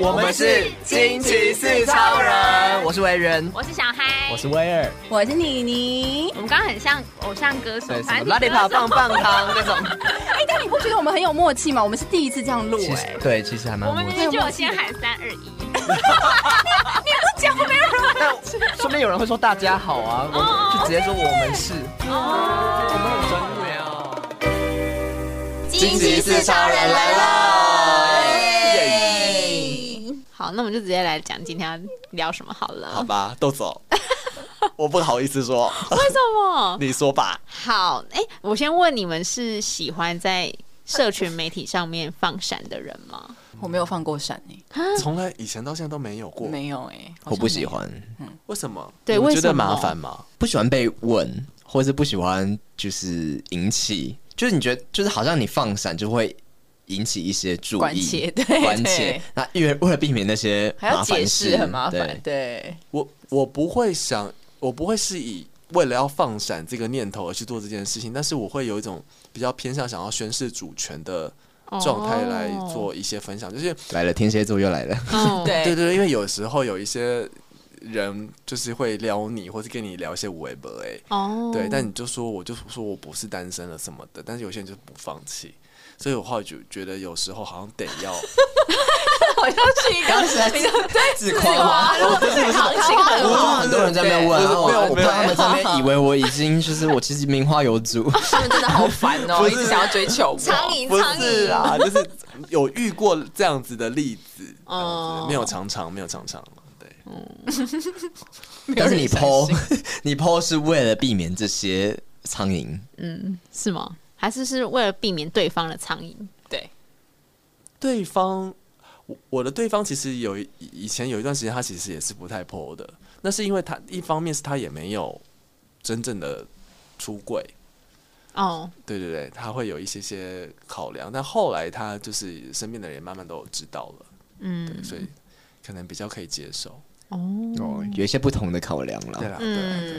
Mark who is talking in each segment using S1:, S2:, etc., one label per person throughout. S1: 我们是惊奇四超人，我是维人，
S2: 我是小嗨，
S3: 我是威尔，
S4: 我是妮妮。
S2: 我们刚刚很像偶像歌手
S1: 对，，什
S2: 反
S1: 么
S2: 正
S1: 拉力跑棒棒糖那种，
S4: 哎、但你不觉得我们很有默契吗？我们是第一次这样录、
S1: 其
S4: 哎
S1: 实，对，其实还蛮
S2: 我们
S1: 默
S2: 明
S1: 契。
S2: 明就有先喊三二一，
S1: 但 说不定有人会说大家好啊，我们就直接说我们是，
S2: 嗯
S1: 我们很专业哦。
S4: 惊
S1: 奇四超人来喽耶！
S2: 好，那我们就直接来讲今天要聊什么好了。
S3: 好吧，豆总， 我不好意思说，
S2: 为什么？
S3: 你说吧。
S2: 好，哎、我先问你们是喜欢在社群媒体上面放闪的人吗？
S4: 我没有放过闪哎、
S3: 从来以前到现在都没有过，
S4: 没有哎、嗯好像
S5: 我不喜
S4: 没有。
S5: 欢，
S3: 为什么？
S2: 对
S3: 你们觉
S2: 为
S3: 得
S2: 什么
S3: 麻烦吗？
S5: 不喜欢被问，或是不喜欢就是引起，就是你觉得就是好像你放闪就会引起一些注意，
S4: 关切对
S5: 关
S4: 对
S5: 切。那因为为了避免那些
S4: 还要
S5: 麻
S4: 解
S5: 烦
S4: 释
S5: 事，
S4: 很麻
S5: 对
S4: 烦，对，
S3: 我我不会想，我不会是以为了要放闪这个念头而去做这件事情，但是我会有一种比较偏向想要宣示主权的状态来做一些分享，就是
S5: 来了，天蝎座又 来了，
S2: 嗯，
S6: 哎
S4: 对
S3: 对对对，因为有时候有一些人就是会撩你，或是跟你聊一些无微不哎，
S2: 哦
S3: 对，但你就说我就说我不是单身了什么的，但是有些人就不放弃，所以我后来就觉得有时候好像得要
S4: 好像是一
S5: 刚
S4: 个
S5: 刚是在自夸吗？
S4: 我不是行情很
S5: 我
S4: 好，
S5: 很多人在那边问，
S3: 对
S5: 然后
S3: 没有
S5: 我我
S3: 没有
S5: 怕他们在那边以为我已经就是我其实名花有主，
S4: 他们真的好烦哦、
S3: 不
S4: 一
S3: 是
S4: 直想要追求我。
S2: 苍蝇，
S3: 不
S2: 苍
S3: 是
S2: 蝇，
S3: 啦，就是有遇过这样子的例子，
S2: 哦
S3: 哦，没有常常，没有常常，对，
S5: 但是
S4: 没有
S5: 你
S4: 人
S5: PO 你 PO 是为了避免这些苍蝇，
S2: 嗯，是吗？还是是为了避免对方的苍蝇？
S4: 对，
S3: 对方。我我的对方其实有一以前有一段时间，他其实也是不太 PO 的。那是因为他一方面是他也没有真正的出柜，
S2: 哦，
S3: 对对对，他会有一些些考量，但后来他就是身边的人慢慢都有知道了，
S2: 嗯，
S3: 对，所以可能比较可以接受。
S2: 哦，
S4: 嗯
S5: 哦，有一些不同的考量
S3: 对
S5: 了。
S3: 啦，
S2: 嗯
S3: 对啦，对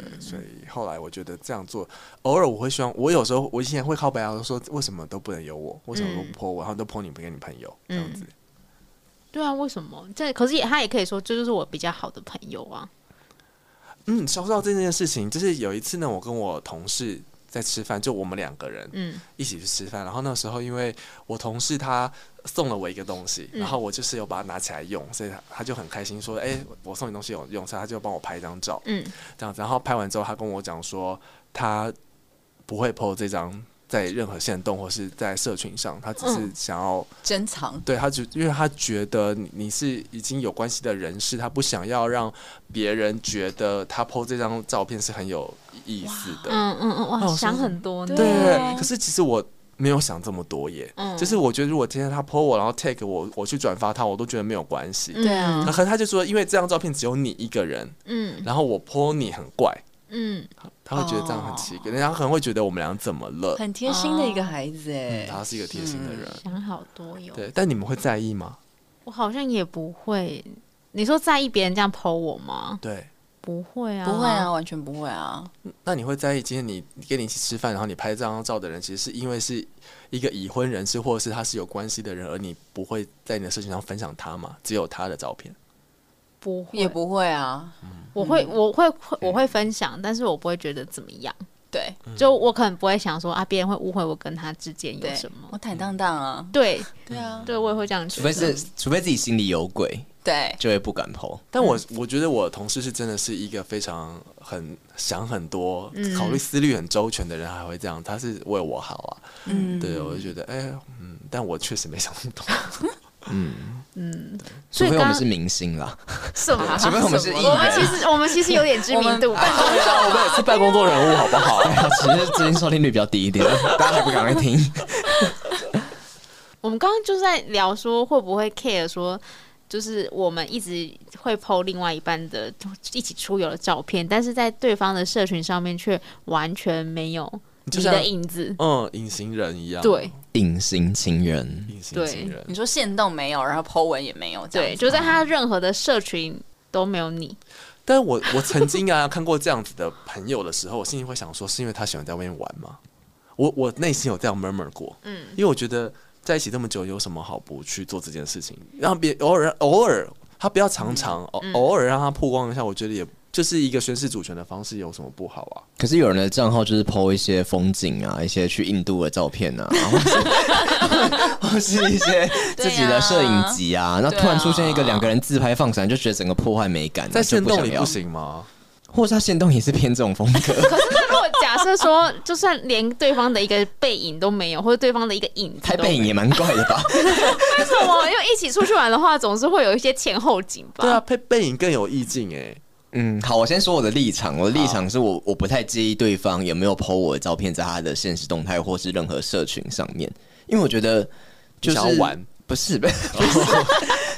S3: 对对，所以后来我觉得这样做，偶尔我会希望，我有时候我以前会靠北啊，说为什么都不能有我，为什么都不泼我，然后都泼你不跟你朋友
S2: 嗯
S3: 这样子，
S2: 对啊，为什么？这可是也他也可以说，这就是我比较好的朋友啊。
S3: 嗯，说到这件事情，就是有一次呢，我跟我同事在吃饭，就我们两个人，
S2: 嗯，
S3: 一起去吃饭，然后那时候因为我同事他送了我一个东西，
S2: 嗯
S3: 然后我就是有把它拿起来用，所以他他就很开心说：“哎、我送你东西有用。”所以他就帮我拍一张照，
S2: 嗯，
S3: 这样子。然后拍完之后，他跟我讲说他不会 PO 这张在任何线动或是在社群上，他只是
S2: 嗯
S3: 想要、
S4: 珍藏
S3: 对他就因为他觉得你你是已经有关系的人士，他不想要让别人觉得他 PO 这张照片是很有意思的。
S2: 嗯嗯嗯，哇，
S3: 哦
S2: 想
S3: 是
S2: 很多呢。
S4: 对啊
S3: 对，可是其实我没有想这么多耶。
S2: 嗯
S3: 就是我觉得如果今天他 po 我，然后 tag 我，我去转发他，我都觉得没有关系。
S2: 嗯
S4: 对啊
S3: 那可是他就说，因为这张照片只有你一个人，
S2: 嗯
S3: 然后我 po 你很怪，
S2: 嗯，
S3: 他会觉得这样很奇怪，人家可能会觉得我们俩怎么了？
S4: 哦很嗯贴心的一个孩子哎、
S3: 他是一个贴心的人，
S2: 想好多哟。
S3: 对。但你们会在意吗？
S2: 我好像也不会。你说在意别人这样剖我吗？
S3: 对。
S2: 不会啊，
S4: 不会啊，。完全不会啊。
S3: 那你会在意今天你你跟你一起吃饭，然后你拍这张照的人，其实是因为是一个已婚人士，或者是他是有关系的人，而你不会在你的社群上分享他
S4: 嗯
S3: 吗？只有他的照片。
S2: 不会，
S4: 也，不会啊，
S2: 我会，我会，
S5: 嗯
S2: 我会分享，但是我不会觉得怎么样。
S4: 对
S2: 就我可能不会想说啊，别人会误会我跟他之间有
S4: 对
S2: 什，么嗯
S4: 我。坦荡荡啊，
S2: 对，
S4: 对啊，
S2: 对，我也会这样
S5: 除
S2: 觉
S5: 非
S2: 得。
S5: 是，除非自己心里有鬼，
S4: 对，
S5: 就会不敢 PO。
S3: 但我我觉得我同事是真的是一个非常很想很多、
S2: 嗯
S3: 考虑思虑很周全的人，还会这样，他是为我好啊。
S4: 嗯，
S3: 对，我就觉得，哎、嗯，但我确实没想那么多。
S2: 所
S5: 除
S2: 以
S5: 非我们
S2: 刚
S5: 是明星啦，
S2: 什么？
S5: 除非我们是艺
S2: 我们其
S5: 人，
S2: 实我们其实有点知名度，办公
S3: 啊我们也是办公桌人物，好 不好？
S5: 只是最近收听率比较低一 点，大家还不赶快听。
S2: 我们刚刚就是在聊说会不会 care 说，就是我们一直会 PO 另外一半的一起出游的照片，但是在对方的社群上面却完全没有
S3: 就
S2: 你
S3: 像
S2: 的影子。
S3: 嗯，隐形人一样，
S2: 对，
S5: 隐形情人，
S3: 隐形情人
S4: 你。说线动没有，然后 Po 文也没有，这样
S2: 对，
S4: 子
S2: 就在他任何的社群都没有你。
S3: 但我我曾经啊看过这样子的朋友的时候，我心里会想说，是因为他喜欢在外面玩吗？我我内心有这样 murmur 过，
S2: 嗯
S3: 因为我觉得。在一起这么久，有什么好不去做这件事情？让别偶尔偶尔他不要常常偶、偶尔让他曝光一下，我觉得也就是一个宣示主权的方式，有什么不好啊？
S5: 可是有人的账号就是 PO 一些风景啊，一些去印度的照片啊，或是或是一些自己的摄影集啊，那、
S6: 对啊
S5: 突然出现一个两个人自拍放闪，就觉得整个破坏美感、啊，
S3: 在
S5: 就
S3: 线
S5: 不想
S3: 动里
S5: 要
S3: 不，行吗？
S5: 或者他限动也是偏这种风格。
S2: 如果假设说，就算连对方的一个背影都没有，或者对方的一个影子
S5: 拍
S2: 都
S5: 背影也蛮怪的吧？
S2: 为什么？因为一起出去玩的话，总是会有一些前后景吧？
S3: 对啊，配背影更有意境哎、
S5: 嗯，好，我先说我的立场。我的立场是我我不太介意对方有没有 PO 我的照片在他的现实动态或是任何社群上面，因为我觉得就是
S3: 想要玩，
S5: 不是 不是，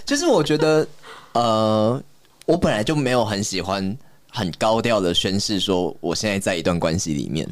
S5: 就是我觉得呃，我本来就没有很喜欢很高调的宣誓说我现在在一段关系里面，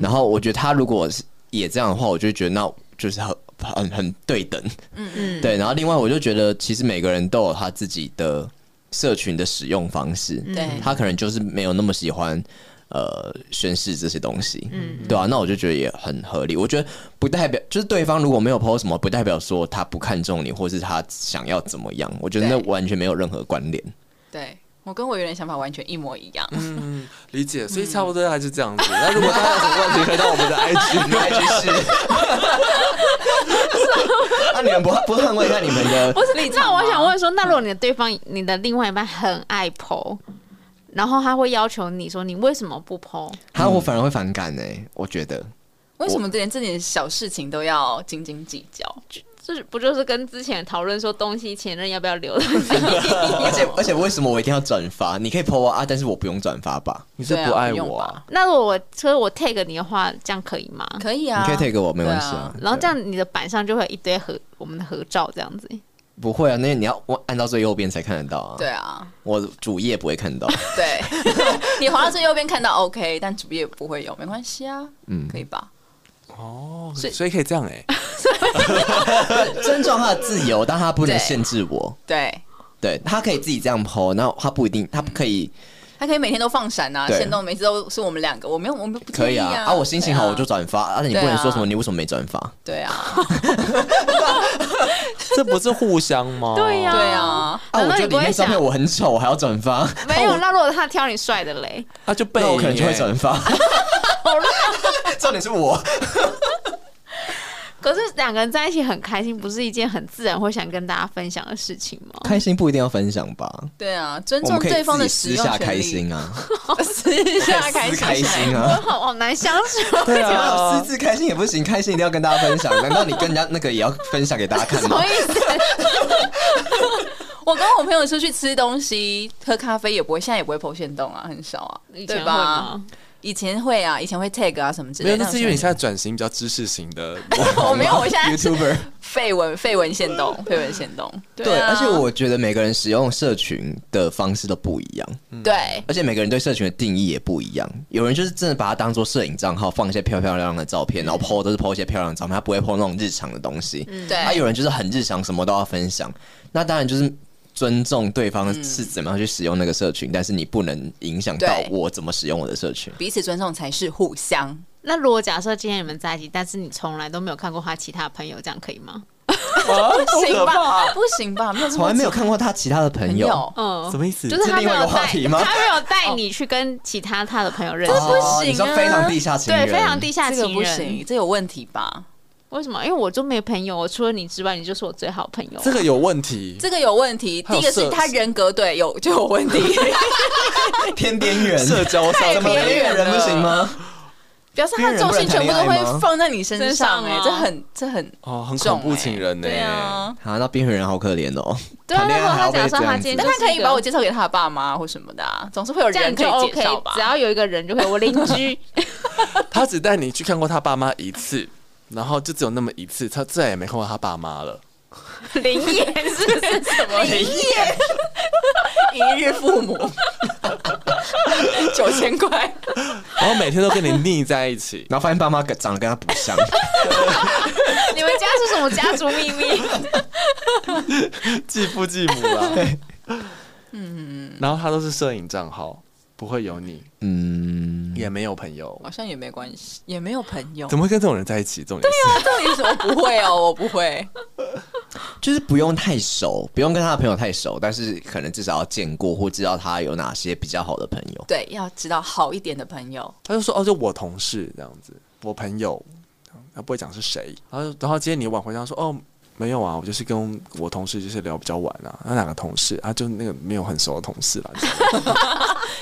S5: 然后我觉得他如果是也这样的话，我就觉得那就是很很很对等，
S2: 嗯，
S5: 对，然后另外我就觉得，其实每个人都有他自己的社群的使用方式，
S6: 对
S5: 他可能就是没有那么喜欢呃宣誓这些东西，嗯，对啊，那我就觉得也很合理。我觉得不代表就是对方如果没有 PO 什么，不代表说他不看重你，或是他想要怎么样。我觉得那
S6: 对
S5: 完全没有任何关联。
S6: 对我跟委员的想法完全一模一样。
S3: 嗯，理解，所以差不多还是这样子。那如果大家有什么问题，可以到我们的
S5: 啊
S3: IG。
S5: 就是，那你们不不捍卫一下你们的
S2: 不？是你知道，我想问说，
S5: 嗯
S2: 那如果你的对方、你的另外一半很爱剖，然后他会要求你说你为什么不剖？
S5: 他我反而会反感哎、我觉得。
S6: 为什么连这点小事情都要斤斤计较？
S2: 这不就是跟之前讨论说东西前任要不要留 的
S5: 而且 而且为什么我一定要转发？你可以 po 我啊，但是我不用转发吧？
S3: 你是
S6: 对啊
S3: 不爱
S6: 不用
S3: 我
S6: 吧
S3: 啊？
S2: 那如果我所以我 tag 你的话，这样可以吗？
S6: 可以啊，
S5: 你可以 take 我，没关系
S6: 对
S5: 啊
S6: 啊。
S2: 然后这样你的板上就会有一堆合我们的合照这样子。
S5: 对不会啊，那你要我按到最右边才看得到啊。
S6: 对，啊，
S5: 我主页不会看到。
S6: 对， 你滑到最右边看到 OK，但主页不会有，没关系啊，嗯，可以吧？
S3: 哦，
S6: 所以
S3: 所以可以这样哎、
S5: 尊重他的自由，但他不能
S6: 对
S5: 限制我。
S6: 对，
S5: 对他可以自己这样 po，那他不一定，他可以
S6: 他可以每天都放闪啊，
S5: 对
S6: 限动每次都是我们两个，我没有，我们不
S5: 可以
S6: 介意
S5: 啊
S6: 啊，
S5: 啊，我心情好我就
S6: 对啊
S5: 转发，啊，你不
S6: 对啊
S5: 能说什么你为什么没转发？
S6: 对啊，
S3: 这不是互相吗？
S2: 对呀
S6: 对啊，
S5: 啊，
S2: 难
S5: 我
S2: 道
S5: 觉得
S2: 你
S5: 里
S2: 不会
S5: 面照
S2: 想
S5: 片？我很丑，我还要转发，
S2: 没有，那如果他挑你帅的嘞，
S3: 那就背
S5: 那
S3: 影、
S5: 我可能就会
S3: 欸
S5: 转发。 重点是我，
S2: 可是两个人在一起很开心，不是一件很自然会想跟大家分享的事情 吗？
S5: 开心不一定要分享吧？
S6: 对啊，尊
S5: 我
S6: 重
S5: 们可以
S6: 对方
S5: 自
S6: 的
S5: 己
S6: 使
S5: 私
S6: 用
S5: 下
S6: 权利，哦
S5: 开心啊，
S6: 私下 开
S5: 私
S6: 心，
S5: 开心啊。
S2: 好好难相处。
S3: 对
S5: 啊，
S3: 啊
S5: 私，自开心也不行，开心一定要跟大家分 享。难道你跟人家那个也要分享给大家看
S2: 不
S5: 吗
S2: 好？意思，
S6: 我跟我朋友出去吃东西、喝咖啡也不会，现在也不会剖线动啊，很少啊，
S2: 以前
S6: 对
S2: 会
S6: 吧
S2: 吗？？
S6: 以前会啊，以前会 tag 啊什么之
S3: 没
S6: 类
S3: 有，
S6: 的。
S3: 那是因为你现在转型比较知识型的。
S6: 我没有，我现在是
S5: YouTuber
S6: 绯闻绯闻线动，绯闻线动，
S5: 对，
S6: 啊
S5: 而且我觉得每个人使用社群的方式都不一样，
S6: 嗯对
S5: 而且每个人对社群的定义也不一样。有人就是真的把它当做摄影账号，放一些漂漂亮亮的照片，然后 PO 都是 PO 一些漂亮的照片，他不会 PO 那种日常的东西。他
S6: 对
S5: 有人就是很日常，什么都要分享。那当然就是尊重对方是怎么样去使用那个社群，但是你不能影响到
S6: 对
S5: 我怎么使用我的社群。
S6: 彼此尊重才是互相。
S2: 那如果假设今天你们在一起，但是你从来都没有看过他其他朋友，这样可以吗？
S6: 不行吧？不行吧？没有这
S5: 从
S6: 么
S5: 来没有看过他其他的朋
S6: 朋
S5: 友。
S6: 友，
S2: 嗯
S3: 什，么意思？
S2: 就是他没
S5: 这是另外一
S2: 有
S5: 个话
S2: 带
S5: 题吗
S2: 他没有
S6: 哦
S2: 带你去跟其他他的朋友认识，
S5: 哦你说非常地下情
S2: 对，
S5: 人，
S2: 非常地下
S6: 这个
S2: 情
S6: 不
S2: 人
S6: 行，。这有问题吧？
S2: 为什么？因为我就没朋友，我除了你之外，你就是我最好朋友。
S3: 这个有问题。
S6: 这个有问题。
S3: 还
S6: 第
S3: 有
S6: 一个是
S3: 色
S6: 他人格对有就有问题，
S5: 偏边缘，
S3: 社交上
S5: 怎么边缘人不行吗？
S6: 表示他的重心全部都会放在你身上，
S2: 边
S6: 哎
S2: 缘人，不能谈恋爱吗
S6: 这很这很
S3: 哦，很
S6: 重
S3: 恐怖情人呢、
S6: 对啊。
S5: 啊，那边缘人好可怜哦。
S2: 对啊，
S5: 谈
S2: 那
S5: 恋
S2: 如果
S5: 爱还
S2: 他
S5: 要
S2: 假
S5: 被
S2: 设
S5: 这
S2: 他
S5: 样
S2: 今
S5: 子，
S2: 天
S6: 但
S2: 就
S6: 他
S2: 是
S6: 可
S2: 一
S6: 以
S2: 个
S6: 把我介绍给他的爸妈或什么的、啊，总是会有
S2: 这样
S6: 人
S2: 你
S6: 可
S2: 就
S6: 以介
S2: OK，
S6: 绍吧。
S2: 只要有一个人就可以。我邻居
S3: 他只带你去看过他爸妈一次，然后就只有那么一次，他再也没看过他爸妈了。
S2: 林野是不是什么？
S6: 哎一日父母，九千块，
S3: 然后每天都跟你腻在一起
S5: 然后发现爸妈跟长得跟他不像，
S2: 你们家是什么家族秘 密？
S3: 继父继母啦。嗯，然后他都是摄影账号，不会有你，
S5: 嗯，
S3: 也没有朋友，
S6: 好像也没关系，也没有朋友。
S3: 怎么会跟这种人在一起？重点是，
S6: 到底啊是什么？不会哦，我不会。
S5: 就是不用太熟，不用跟他的朋友太熟，但是可能至少要见过或知道他有哪些比较好的朋友。
S6: 对，要知道好一点的朋友。
S3: 他就说哦，就我同事这样子，我朋友，他不会讲是谁。然后，然后今天你晚回家说哦，没有啊，我就是跟我同事就是聊比较晚啊。那哪个同事啊？就那个没有很熟的同事啦。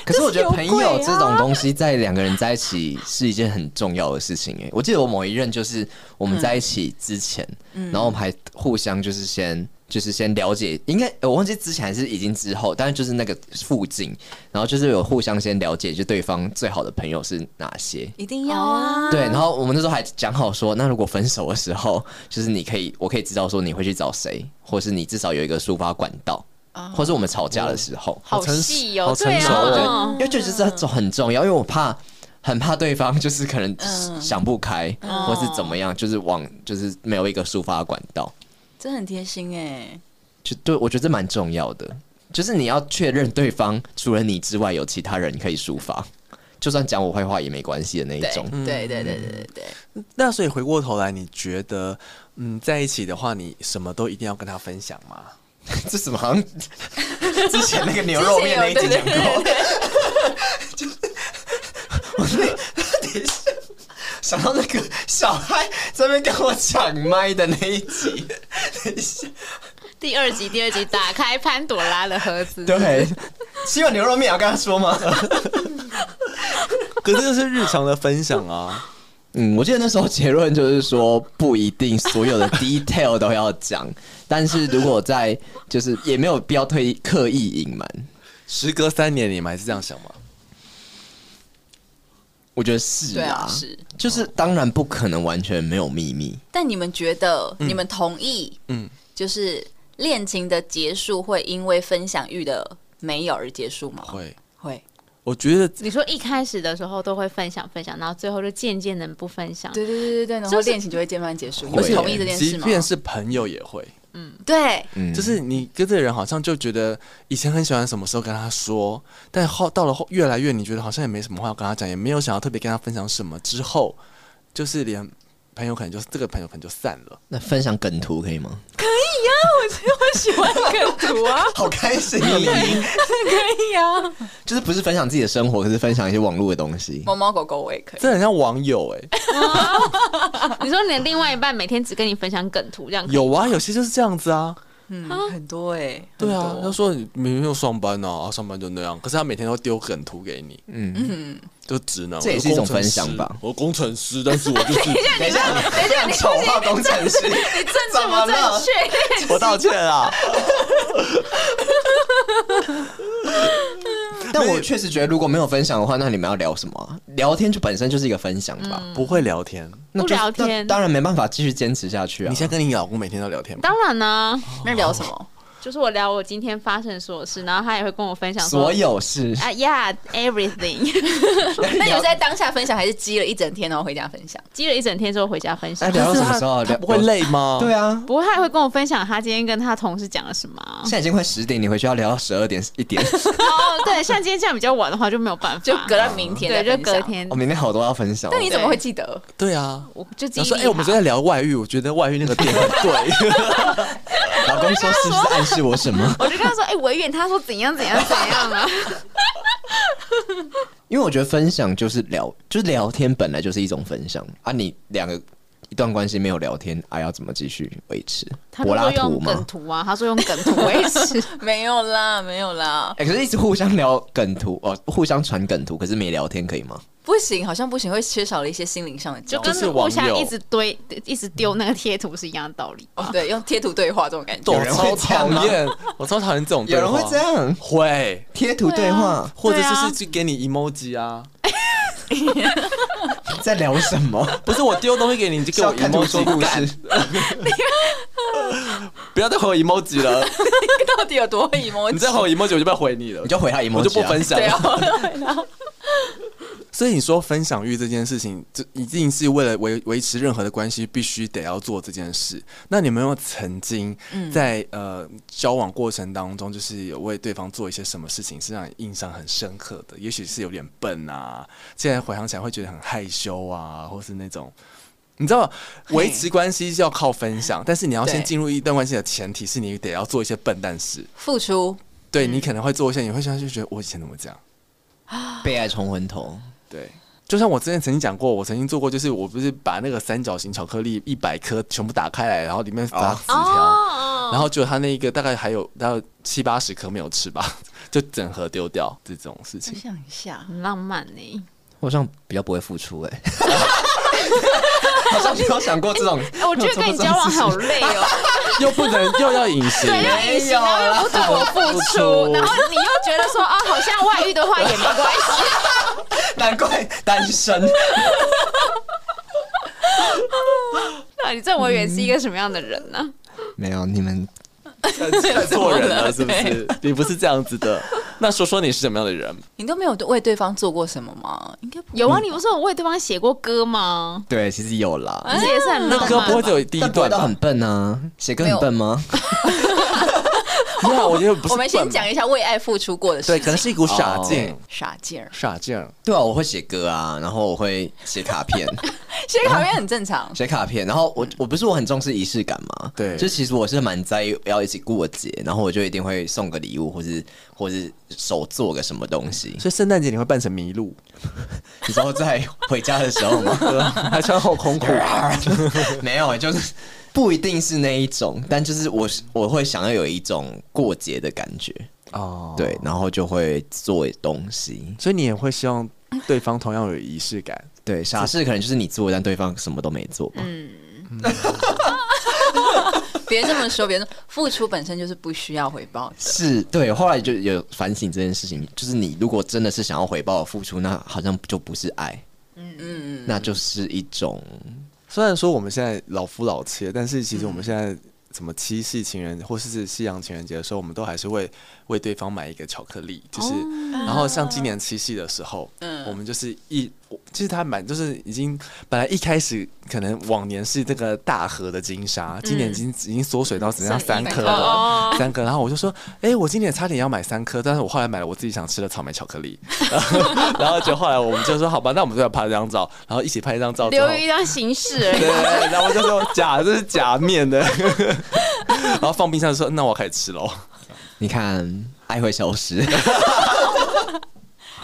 S5: 可是我觉得朋友这种东西，在两个人在一起是一件很重要的事情、欸。哎，我记得我某一任就是我们在一起之前，然后我们还互相就是先就是先了解，应该呃我忘记之前还是已经之后，但是就是那个附近，然后就是有互相先了解，就对方最好的朋友是哪些。
S6: 一定要啊！
S5: 对，然后我们那时候还讲好说，那如果分手的时候，就是你可以，我可以知道说你会去找谁，或是你至少有一个抒发管道，或是我们吵架的时候，
S2: 好
S3: 成
S2: 细哦
S3: 好
S2: 对
S3: 成熟
S2: 啊
S3: 哦，
S5: 对，
S2: 嗯
S5: 因为就是这种很重要，因为我怕很怕对方就是可能
S2: 嗯
S5: 想不开，
S2: 哦
S5: 或是怎么样，就是往就是没有一个抒发管道，
S6: 真的很贴心哎。
S5: 就对我觉得这蛮重要的，就是你要确认对方除了你之外有其他人可以抒发，就算讲我坏话也没关系的那一
S6: 对
S5: 种。
S6: 对对对对对对。
S3: 那所以回过头来，你觉得，嗯，在一起的话，你什么都一定要跟他分享吗？
S5: 这怎么好像之前那个牛肉面那一集讲过？想到那个小孩在那边跟我抢麦的那一集，等一下，
S2: 第二集，第二集，打开潘朵拉的盒子。
S5: 对，希望牛肉面也要跟他说吗？
S3: 可是这是日常的分享 啊，
S5: 嗯，我记得那时候结论就是说，不一定所有的 detail 都要讲，但是如果在就是也没有必要特意刻意隐瞒，
S3: 时隔三年，你们还是这样想吗？
S5: 我觉得是
S6: 对
S5: 啊，
S6: 啊是
S5: 就是当然不可能完全没有秘密，
S6: 但你们觉得，你们同意，
S3: 嗯
S6: 嗯，就是恋情的结束会因为分享欲的没有而结束吗？
S3: 会，
S6: 会，
S3: 我觉得
S2: 你说一开始的时候都会分享分享，然后最后就渐渐的不分享。
S6: 对对对对对，然后恋情就会渐慢结束。你
S5: 而
S6: 们
S5: 且
S6: 同意这件
S3: 即
S6: 事吗？
S3: 便是朋友也会，
S6: 对，
S5: 嗯，
S3: 就是你跟这个人好像就觉得以前很喜欢什么时候跟他说，但后到了后越来越你觉得好像也没什么话要跟他讲，也没有想要特别跟他分享什么，之后就是连朋友可能就是这个朋友可能就散了。
S5: 那分享梗图可以吗？
S6: 喜欢梗图啊，
S5: 好开心啊！
S6: 可以啊。
S5: 就是不是分享自己的生活，可是分享一些网络的东西。
S6: 猫猫狗狗我也可以，
S3: 这很像网友哎、
S2: 你说你的另外一半每天只跟你分享梗图这样，
S3: 有啊，有些就是这样子啊。
S6: 嗯，很多哎，
S3: 对啊
S6: 很，
S3: 他
S6: 多
S3: 说你明天上班呢、啊，上班就那样，可是他每天都丢梗图给你，
S6: 嗯，
S3: 就直男。
S5: 这也是一种分享吧
S3: 我工程师，我工程师但是我 就是
S5: 等一下，非常丑化工程师，
S2: 你正确不正确？
S5: 我道歉啊。但我确实觉得，如果没有分享的话，那你们要聊什么啊、聊天就本身就是一个分享吧。
S3: 不会嗯聊天。
S5: 那就
S2: 不聊天
S5: 那当然没办法继续坚持下去啊。
S3: 你现在跟你老公每天都聊天吗？
S2: 当然呢、
S6: 那聊什 么？
S2: 就是我聊我今天发生的所有事，然后他也会跟我分享说
S5: 所有事，
S2: 啊，Yeah，everything，
S6: 那你们在当下分享，还是积了一整天然后回家分享？
S2: 积了一整天之后回家分
S5: 哎
S2: 享。
S5: 聊到什么时候啊？
S3: 他
S5: 聊
S3: 不会。累吗？
S5: 对啊，
S2: 不过他也会跟我分享他今天跟他同事讲了什么啊、
S5: 现在已经快十点，你回去要聊到十二点一点。
S2: 哦， 对，像今天这样比较晚的话就没有办法，
S6: 就隔到明天再
S2: 对，
S6: 分
S2: 就
S6: 享
S2: 隔。天
S5: 我、。明天好多要分享哦。
S6: 那你怎么会记得？
S3: 对啊。
S5: 哦
S2: 我就记
S3: 然
S2: 忆
S3: 后说，
S2: 力
S3: 哎、我们昨
S2: 好
S3: 天聊外遇，我觉得外遇那个点很对。
S5: 老公说是不是暗示我什么？
S2: 我就跟他说，哎、我远他说怎样怎样怎样啊，
S5: 因为我觉得分享就是聊，就是聊天本来就是一种分享啊。你两个一段关系没有聊天，啊，要怎么继续维持？
S2: 他
S5: 柏
S2: 就
S5: 拉
S2: 说
S5: 图
S2: 用梗
S5: 吗？
S2: 图啊，他说用梗图维持，
S6: 没有啦，没有啦，
S5: 哎、可是一直互相聊梗图哦，互相传梗图，可是没聊天可以 吗？
S6: 不行，好像不行，会缺少了一些心灵上的
S2: 就
S6: 交流
S2: 跟
S3: 就是网友
S2: 互相一直堆、一直丢那个贴图是一样的道理。
S3: 啊
S6: 哦，对，用贴图对话这种感觉。
S3: 我
S5: 人会
S3: 超
S5: 这样
S3: 讨
S5: 吗
S3: 厌， 我超讨厌这种对话。
S5: 样
S3: 会，
S5: 贴图对话
S3: 或者
S2: 对啊
S3: 就是去给你 emoji 啊，
S2: 啊
S5: 在聊什么？
S3: 不是我丢东西给你，你就给我 emoji，干，不要再回我 emoji 了。
S6: 到底有多会 emoji？
S5: 啊
S3: 你再回我 emoji，我就不要回你了
S5: 你，就回他 emoji，、啊、
S3: 我就不分享
S6: 对
S3: 了。
S6: 啊，
S3: 所以你说分享欲这件事情，这一定是为了维维持任何的关系，必须得要做这件事。那你们有没有曾经在、呃交往过程当中，就是有为对方做一些什么事情是让你印象很深刻的？也许是有点笨啊，现在回想起来会觉得很害羞啊，或是那种。你知道维持关系是要靠分享，但是你要先
S6: 对
S3: 进入一段关系的前提是你得要做一些笨蛋事。
S6: 付出，
S3: 对你可能会做一些，你会现在就觉得我以前怎么这样？
S5: 被爱冲昏头，
S3: 对，就像我之前曾经讲过，我曾经做过，就是我不是把那个三角形巧克力一百颗全部打开来，然后里面打纸条，
S2: 哦，
S3: 然后就他那个大概还有大概七八十颗没有吃吧， 就整盒丢掉这种 事情。
S6: 想一
S3: 哦
S6: 下，
S2: 很浪漫呢。
S5: 我好像比较不会付出哎、 好像没有想过这种，
S2: 哎，我觉得跟你交往好累 哦，
S3: 又不能又要饮食，
S2: 对，又隐形，然后又不对 我付出，然后你又觉得说啊，好像外遇的话 也没关系，
S5: 难怪单身。
S2: 到底郑委员是一个什么样的人呢？
S5: 没有你们，
S3: 太做人了是不是？你不是这样子的。那说说你是什么样的人？
S6: 你都没有为对方做过什么吗？应该不
S2: 有啊，你不是有为对方写过歌吗？
S5: 对，其实有啦，
S2: 而且也是很浪
S3: 那歌不会
S2: 漫。
S3: 只有第一
S5: 但不会
S3: 段
S5: 到
S3: 吧
S5: 很？笨啊，写歌很笨吗？
S3: 没有，我觉得不是笨吧。
S6: 我们先讲一下为爱付出过的事
S3: 对，
S6: 情。
S3: 可能是一股傻劲
S5: 哦，
S6: 傻劲儿，
S3: 傻劲儿。
S5: 对啊，我会写歌啊，然后我会写卡 片，
S6: 写卡片很正 常。
S5: 写卡片，然后我我不是我很重视仪式感嘛，
S3: 对
S5: 就其实我是蛮在意要一起过节，然后我就一定会送个礼物，或是或是手做个什么东西，
S3: 所以圣诞节你会扮成麋鹿，
S5: 你知道在回家的时候 吗？
S3: 还穿后空裤。
S5: 没有，就是不一定是那一种，但就是我是我会想要有一种过节的感觉，
S3: 哦，
S5: 对，然后就会做东西，
S3: 所以你也会希望对方同样有仪式感。
S5: 对，傻事可能就是你做，但对方什么都没做吧，
S6: 别这么说，别这么付出本身就是不需要回报的。
S5: 是对。后来就有反省这件事情，就是你如果真的是想要回报付出，那好像就不是爱，嗯嗯，那就是一种
S3: 虽然说我们现在老夫老妻了，但是其实
S2: 嗯
S3: 我们现在什么七夕情人或是是西洋情人节的时候，我们都还是会为对方买一个巧克力，就是、
S2: 哦
S3: 然后像今年七夕的时候，
S2: 嗯
S3: 我们就是一。我其实他蛮就是已经本来一开始可能往年是这个大盒的金沙，今
S2: 嗯
S3: 年已经、已经缩水到只剩下三颗了，
S2: 哦
S3: 三颗。然后我就说，哎、我今年差点要买三颗，但是我后来买了我自己想吃的草莓巧克力。 然后就后来我们就说，好吧，那我们就要拍一张照，然后一起拍一张照之后
S2: 流，于一张形式而
S3: 对
S2: 已。
S3: 对对，然后我就说假，这是假面的。然后放冰箱说，那我开始吃喽。
S5: 你看爱会消失，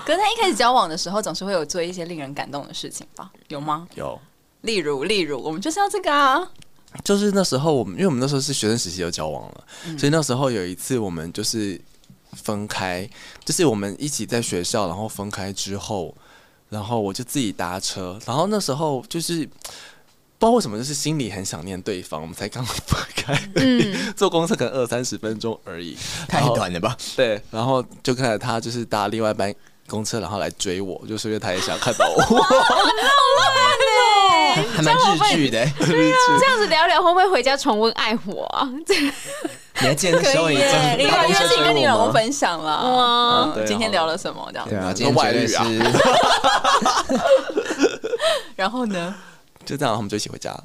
S6: 可是他一开始交往的时候，总是会有做一些令人感动的事情吧？有吗？
S3: 有，
S6: 例如，例如，我们就是要这个啊。
S3: 就是那时候我们，因为我们那时候是学生时期就交往了，所以那时候有一次我们就是分开，就是我们一起在学校，然后分开之后，然后我就自己搭车，然后那时候就是。不知道为什么，就是心里很想念对方。我们才刚分开而已， 坐公车可能二三十分钟而已。
S5: 嗯太短了吧？
S3: 对，然后就看着他就是搭另外一班公车，然后来追我，就说因为他也想看到我。
S5: 还蛮日剧的、
S2: 这样子聊聊，会不会回家重温爱火啊？
S5: 你还记得那时候你真
S6: 另外一个是跟你老公分享
S2: 哇
S6: 了，
S3: 对
S6: 嗯今天聊了什么这样
S5: 对？啊，今
S3: 今天
S5: 天
S3: 绝
S5: 绝
S3: 对
S5: 对
S3: 是
S5: 是。
S6: 然后呢？
S3: 就这样，他们就一起回家。
S2: 啊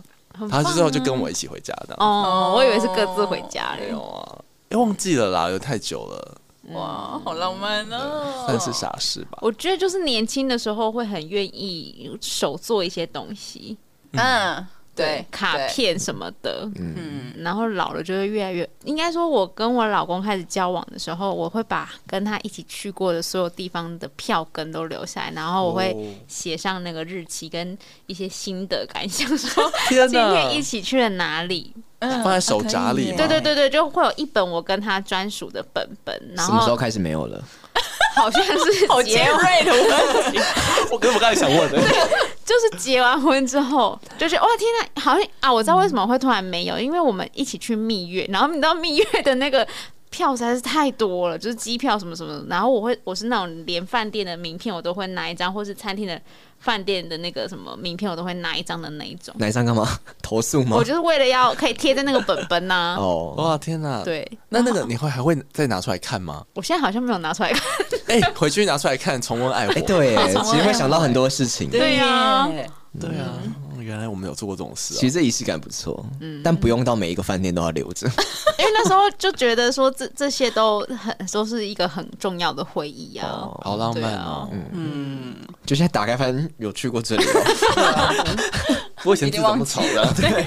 S3: 他之后就跟我一起回家的。哦，
S2: 哦，我以为是各自回家
S3: 没有
S2: 了。
S3: 啊，哎，忘记了啦，有太久了，
S6: 嗯哇，好浪漫哦！
S3: 算是傻事吧。
S2: 我觉得就是年轻的时候会很愿意手做一些东西，
S6: 嗯，对，
S2: 卡
S6: 对，
S2: 片什么的，
S6: 嗯，
S2: 然后老了就会越来越，应该说，我跟我老公开始交往的时候，我会把跟他一起去过的所有地方的票根都留下来，然后我会
S3: 哦
S2: 写上那个日期跟一些新的感想，说
S3: 天
S2: 今
S3: 哪
S2: 天一，起去了哪里。
S6: 嗯
S3: 放在手札里吗
S2: 啊对对对对，就会有一本我跟他专属的本本，然
S5: 什么时候
S2: 后
S5: 开始没有了？
S2: 好像是
S6: 好
S2: 结
S6: 尖锐的问题，
S3: 我跟我刚才想问的，
S2: 就是结完婚之后， 就是哇天呐，好像啊，我知道为什么会突然没有，因为我们一起去蜜月，然后你知道蜜月的那个票实在是太多了， 就是机票什么什么的。然后我会，我是那种连饭店的名片我都会拿一张，或是餐厅的饭店的那个什么名片我都会拿一张的那一种。
S5: 哪一张干嘛？投诉吗
S2: 我？就是为了要可以贴在那个本本 呐、
S5: 哦，
S3: 哇天哪！，
S2: 对，
S3: 那那个你会还会再拿出来看吗？
S2: 我现在好像没有拿出来看。
S3: 哎，回去拿出来看，重温爱我。
S5: 哎，对耶，
S2: 从来
S5: 其实会想到很多事情。
S2: 对呀
S6: 耶
S3: 对啊，嗯原来我们有做过这种事啊。
S5: 其实这仪式感不错，但不用到每一个饭店都要留着。
S2: 因为那时候就觉得说这这些都很都是一个很重要的回忆啊，
S3: 好浪漫哦！嗯
S5: 就现在打开发现有去过这里哦，
S3: 不过以前字怎么吵的？对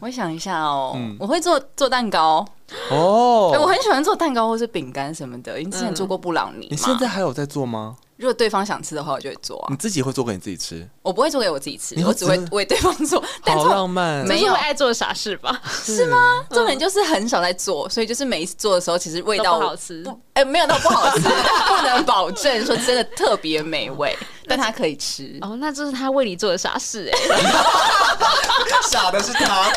S6: 我想一下哦，我会做做蛋糕，哎，我
S3: 嗯哦，
S6: 很喜欢做蛋糕或是饼干什么的。你之前做过布朗尼
S3: 嗯你
S6: 嘛
S3: 现？在还有在做吗？
S6: 如果对方想吃的话，我就会做啊
S3: 你。自己会做给你自己吃？
S6: 我不会做给我自己吃
S3: 你，会
S6: 我只会
S3: 真的
S6: 为对方做。但
S3: 好
S6: 重
S3: 浪漫！啊
S2: 这
S6: 没
S2: 是
S6: 有
S2: 我爱做的傻事吧？
S6: 是吗？重点就是很少在做，所以就是每一次做的时候，其实味道
S2: 都不好吃
S6: 不哎、没有到不 好吃，但不能保证说真的特别美味，但它可以吃。
S2: 哦，那就是他为你做的傻事哎、
S5: 傻的是他。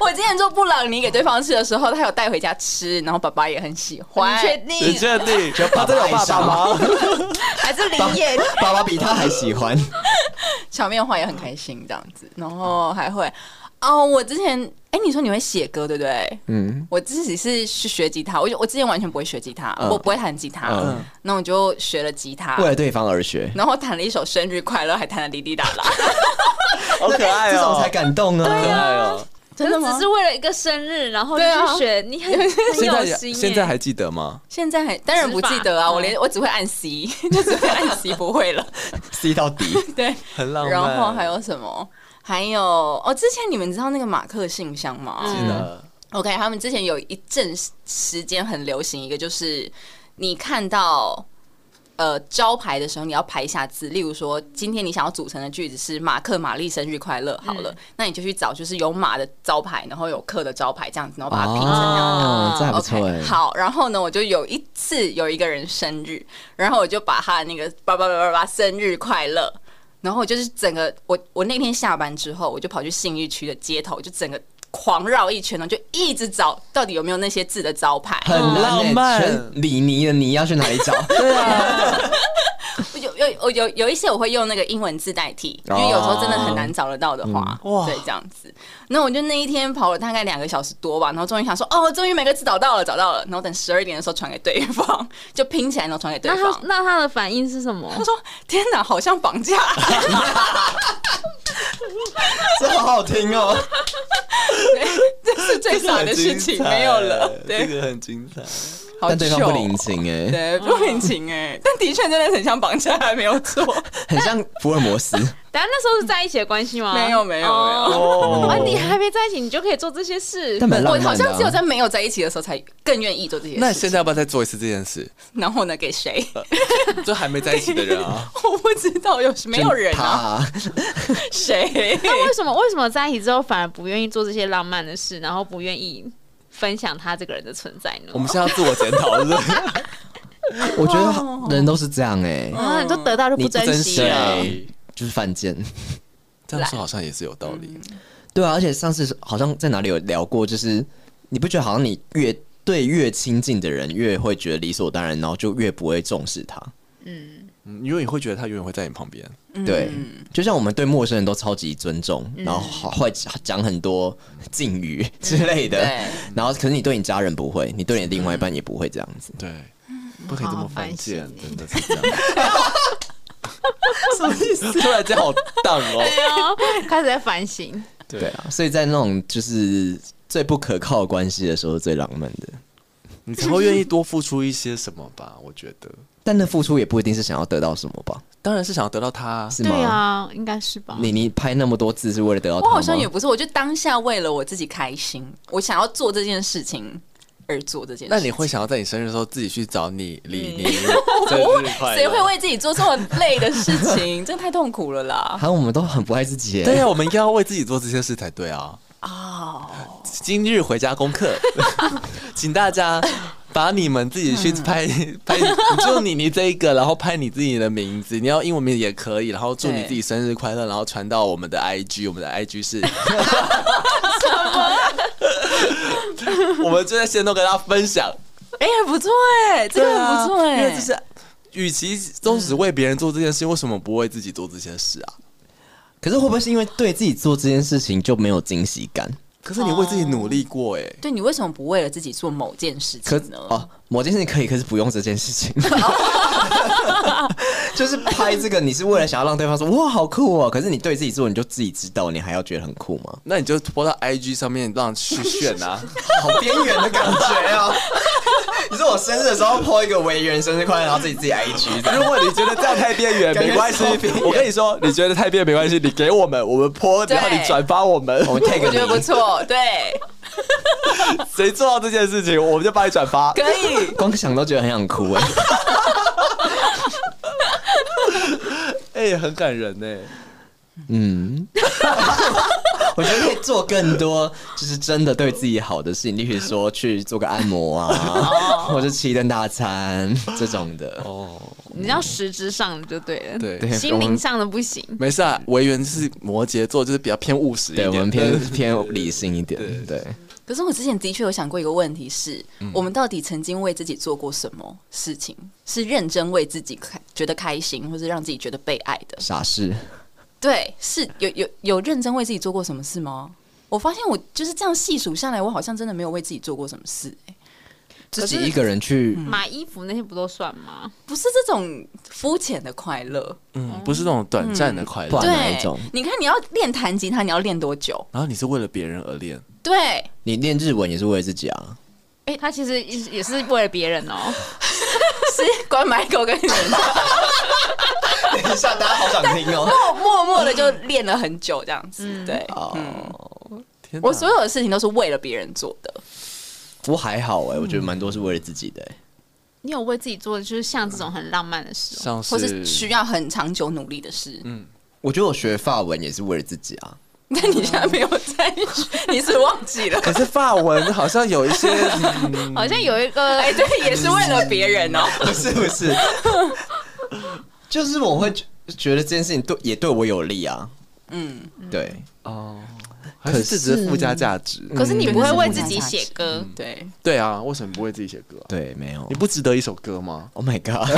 S6: 我之前做布朗尼给对方吃的时候，他有带回家吃，然后爸爸也很喜欢。
S2: 你确
S3: 你
S2: 定？
S3: 确定？他
S5: 爸
S3: 真的有爸
S5: 爱上
S3: 爸吗？
S2: 还是林彦？
S5: 爸爸比他还喜欢，
S6: 小面花也很开心这样子，然后还会哦，我之前哎、你说你会写歌对不对？
S5: 嗯，
S6: 我自己是去学吉他，我就我之前完全不会学吉他，
S5: 嗯
S6: 我不会弹吉他，
S5: 嗯
S6: 那我就学了吉他，
S5: 为了对方而学，
S6: 然后弹了一首生日快乐，还弹了滴滴答答。
S3: 好可爱
S5: 哎 这种才
S3: 哦！
S5: 感动啊！
S3: 可爱哦！
S2: 可是只是为了一个生日，然后就
S6: 对啊
S2: 去选，你很很
S3: 现
S2: 有
S3: 在
S2: 心、欸。
S3: 现在还记得吗？
S6: 现在还当然不记得啊，
S2: 指法
S6: 我连我只会按 C，就 只会按 C 不会了。
S5: C 到底，
S6: 对，
S3: 很浪漫。
S6: 然后还有什么？还有哦，之前你们知道那个马克信箱吗、
S3: 记得
S6: o k 他们之前有一阵时间很流行一个，就是你看到呃招牌的时候，你要排一下字。例如说，今天你想要组成的句子是“马克玛丽生日快乐”，好了，那你就去找就是有马的招牌，然后有克的招牌这样子，然后把它啊拼成这样。
S5: 哦，这还不
S6: OK，
S5: 错哎。
S6: 好，然后呢，我就有一次有一个人生日，然后我就把他的那个叭叭叭叭叭生日快乐，然后我就是整个我我那天下班之后，我就跑去信义区的街头，就整个狂绕一圈呢，就一直找到底有没有那些字的招牌，
S5: 很难欸
S3: 浪漫
S5: 全李尼的尼要去哪里找？
S3: 啊
S6: 我有有我有有一些我会用那个英文字代替，因为有时候真的很难找得到的话，
S3: 嗯哇
S6: 对，这样子。那我就那一天跑了大概两个小时多吧，然后终于想说，哦，终于每个字找到了，找到了。然后等十二点的时候传给对方，就拼起来然后传给对
S2: 那他
S6: 方。
S2: 那他的反应是什么？
S6: 他说：“天哪，好像绑架！
S5: 这好好听哦。
S6: 这是最傻的事情，没有了。”对，
S3: 这个很精 彩。
S6: 好
S5: 但对方
S6: 糗
S5: 不领，情哎，
S6: 对，不领情哎，但的确真的很像绑架，还没有错，
S5: 很像福尔摩斯。
S2: 等下那时候是在一起的关系吗？
S6: 没有没有没有。
S3: 哦
S2: 啊，你还没在一起，你就可以做这些事
S5: 但。蛮浪
S6: 我
S5: 漫的啊
S6: 好像只有在没有在一起的时候，才更愿意做这些事
S3: 那你现
S6: 情。
S3: 在要不要再做一次这件事？
S6: 然后呢，给谁？
S3: 就还没在一起的人啊，
S6: 我不知道有没有人啊，
S5: 真
S6: 谁？
S2: 那为什么为什么在一起之后反而不愿意做这些浪漫的事，然后不愿意分享他这个人的存在呢
S3: 我？们现在要自我检讨，是不是？
S5: 他？我觉得人都是这样哎，
S2: 啊，你都得到就不
S5: 你不
S2: 珍
S5: 珍
S2: 惜啊
S5: 惜啊
S2: 了。
S5: 对就是犯贱。
S3: 这样说好像也是有道理。
S5: 对啊，而且上次好像在哪里有聊过，就是你不觉得好像你越对越亲近的人，越会觉得理所当然，然后就越不会重视他。
S3: 嗯，因为你会觉得他永远会在你旁边。，
S6: 嗯
S5: 对，就像我们对陌生人都超级尊重，然后好会讲很多敬语之类的
S6: 对，
S5: 然后可是你对你家人不会，你对你另外一半也不会这样子
S3: 对，不可以这么犯
S2: 好
S3: 贱
S2: 好，反省
S3: 真的是这样。什么意思？突然间好荡哦。
S2: 哦， 开始在反省。
S5: 对啊，所以在那种就是最不可靠的关系的时候，最浪漫的。
S3: 你才会愿意多付出一些什么吧？我觉得，
S5: 但那付出也不一定是想要得到什么吧？
S3: 当然是想要得到他。
S5: 是
S2: 对
S5: 吗？
S2: 啊，应该是吧？
S5: 你你拍那么多字是为了得到他
S6: 我
S5: 吗？
S6: 好像也不是，我就当下为了我自己开心，我想要做这件事情而做这件事情。嗯
S3: 那你会想要在你生日的时候自己去找你李宁？ 生日快乐
S6: 谁会？为自己做这么累的事情？ 真的太痛苦了啦！
S5: 好像我们都很不爱自己耶。
S6: 啊
S3: 对啊呀，我们应该要为自己做这些事才对啊！
S6: 哦，
S3: 今日回家 功课，请大家把你们自己去拍
S6: 嗯
S3: 拍，就你你这一个，然后拍你自己的名字，你要英文名也可以，然后祝你
S6: 对
S3: 自己生日快乐，然后 传到我们的 IG，我们的 IG 是什么？ 我们就在线都跟大家分享。
S6: 哎，不错哎，这个很不错
S3: 啊因为
S6: 哎
S3: 这，是，与其都只为别人做这件事，为什么不为自己做这些事啊？
S5: 可是会不会是因为对自己做这件事情就没有惊喜感？
S3: 可是你为自己努力过哎、
S6: 对你为什么不为了自己做某件事
S5: 可
S6: 情呢？
S5: 哦，某件事情可以，可是不用这件事 情。 就是拍这个，你是为了想要让对方说哇好酷哦，可是你对自己做，你就自己知道，你还要觉得很酷吗？
S3: 那你就拖到 IG 上面让去炫啊，
S5: 好边缘的感觉哦。 你说我生日的时候 po 一个维园生日快乐，然后自己自己 IG 这样
S3: 如果你觉得这样太边缘，
S5: 感觉
S3: 没关系
S5: 超边。缘
S3: 我跟你说，你觉得太边缘没关系，你给我们，我们泼，
S6: 对
S3: 然后你转发我们，
S5: 我们 tag
S6: 我觉得不
S5: 你，
S6: 错，对，
S3: 谁做到这件事情，我们就帮你 转发。
S6: 可以。
S5: 光想都觉得很想哭哎。
S3: 哎、很感人哎呢、
S5: 嗯，我觉得可以做更多，就是真的对自己好的事情，例如说去做个按摩啊，
S6: 哦
S5: 或者吃一顿大餐这种的。
S3: 哦，
S2: 你要实质上的就对了，
S3: 对
S5: 对
S2: 心
S5: 我
S2: 灵
S5: 们
S2: 上的不行。
S3: 没事啊，维园是摩羯座，就是比较偏务实一
S5: 对
S3: 点。
S5: 我们 偏 偏理性一点
S3: 对，
S5: 对，
S6: 可是我之前的确有想过一个问题是，
S3: 嗯
S6: 我们到底曾经为自己做过什么事情？是认真为自己开觉得开心，或是让自己觉得被爱的？
S5: 傻事。
S6: 对，是有有有认真为自己做过什么事吗？我发现我就是这样细数下来，我好像真的没有为自己做过什么事、欸
S5: 自己一个人去，
S6: 嗯
S2: 买衣服那些不都算吗？
S6: 不是这种肤浅的快乐。
S3: 嗯，不是那种短暂的快乐。
S5: 嗯哪一
S6: 对
S5: 种，
S6: 你看你要练弹吉他，你要练多久？
S3: 然后你是为了别人而练，
S6: 对，
S5: 你练日文也是为了自己啊。
S2: 哎、他其实也是也是为了别人哦。
S6: 是关麦克跟你们
S5: 等一下，大家好想听哦。
S6: 默默的就练了很久这样子。对，
S5: 哦，
S3: 天哪
S6: 我所有的事情都是为了别人做的。
S5: 我还好哎，我觉得蛮多是为了自己的欸。
S2: 你有为自己做，就是像这种很浪漫的事、哦，
S3: 像
S6: 或是
S3: 是
S6: 需要很长久努力的事。
S5: 嗯我觉得我学法文也是为了自己啊。
S6: 那你现在没有在学，你是忘 记了？
S3: 可是法文好像有一些，嗯
S2: 好像有一个
S6: 哎，对，也是为了别人哦。
S5: 不是不是， 就是我会觉觉得这件事情对也对我有利啊。
S6: 嗯，
S5: 对，
S3: 哦，还是这只是附加价值。
S2: 可是你不会为自己
S6: 嗯
S2: 写歌，
S6: 对，
S3: 对啊，为什么不为自己写歌啊、
S5: 对，没有
S3: 你。不值得一首歌吗？
S5: Oh my god！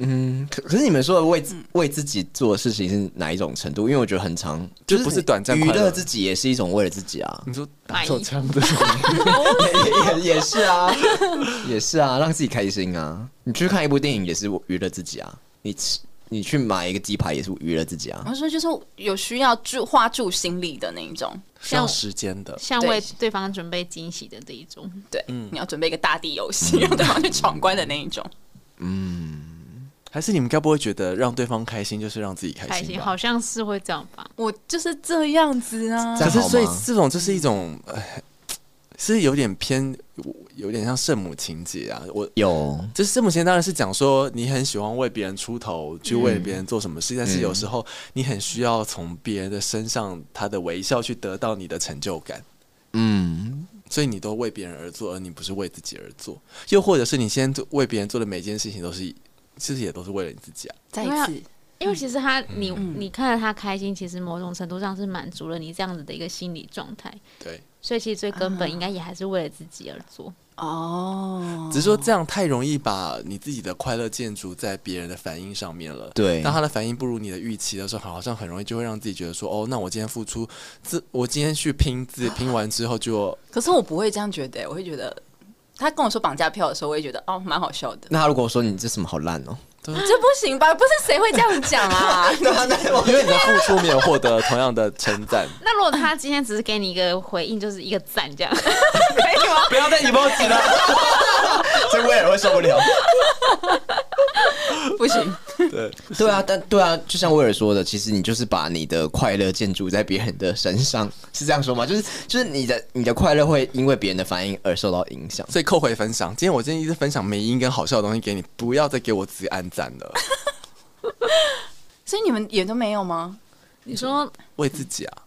S5: 嗯，可可是你们说的为自为自己做的事情是哪一种程度？因为我觉得很长，
S3: 就
S5: 你
S3: 不是短暂
S5: 娱
S3: 快乐
S5: 乐自己也是一种为了自己 啊，
S3: 你说打
S2: 买
S3: 手
S2: 衣
S3: 枪的时候，
S5: 也也也是啊， 也是啊，让自己开心啊。你去看一部电影也是娱乐自己啊，你吃你去买一个鸡排也是娱乐自己啊
S6: 我。说就是有需要注花注心力的那一种。
S3: 需要时间的。
S2: 像
S6: 对
S2: 为对方准备惊喜的这一种。
S6: 对，
S5: 嗯
S6: 你要准备一个大地游戏，让对方去闯关的那一种。
S5: 嗯
S3: 还是你们该不会觉得让对方开心就是让自己开
S2: 开
S3: 心
S2: 心，
S3: 吧？
S2: 好像是会这样吧。
S6: 我就是这样子啊
S5: 这
S3: 可
S5: 样
S3: 是
S5: 好
S3: 所以
S5: 吗
S3: 这种就是一种，哎是有点偏，有点像圣母情节啊。我
S5: 有
S3: 就是圣母情节当然是讲说你很喜欢为别人出头，去为别人做什么事，但是有时候你很需要从别人的身上他的微笑去得到你的成就感。
S5: 嗯，
S3: 所以你都为别人而做，而你不是为自己而做，又或者是你先做为别人做的每件事情都是，其实也都是为了你自己啊。
S6: 再
S2: 一
S6: 一
S2: 次
S6: 次，
S2: 因为其实他，你
S3: 嗯
S2: 你看着他开心，其实某种程度上是满足了你这样子的一个心理状态，
S3: 对，
S2: 所以其实最根本应该也还是为了自己而做。
S6: 哦，
S3: 只是说这样太容易把你自己的快乐建筑在别人的反应上面了。
S5: 对
S3: 当他的反应不如你的预期的时候，好像很容易就会让自己觉得说，哦，那我今天付出自，我今天去拼字，拼完之后就
S6: 可是我不会这样觉得，欸我会觉得他跟我说绑架票的时候，我也觉得哦，蛮好笑的。
S5: 那他如果说你这什么好烂哦、
S6: 这不行吧？不是谁会这样讲啊？
S3: 因为你的付出没有获得同样的称赞，
S2: 那如果他今天只是给你一个回应，就是一个赞这样，
S3: 不要再 emoji 了。
S5: 这我也会受不了。
S6: 不行，
S3: 对，
S5: 对啊，但对啊，就像威尔说的，其实你就是把你的快乐建筑在别人的身上，是这样说吗？就是就是你的你的快乐会因为别人的反应而受到影响。
S3: 所以扣回分享，今天我今天一直分享美音跟好笑的东西给你，不要再给我自己按赞 了，
S6: 所以你们也都没有吗？
S2: 你说
S3: 为自己啊。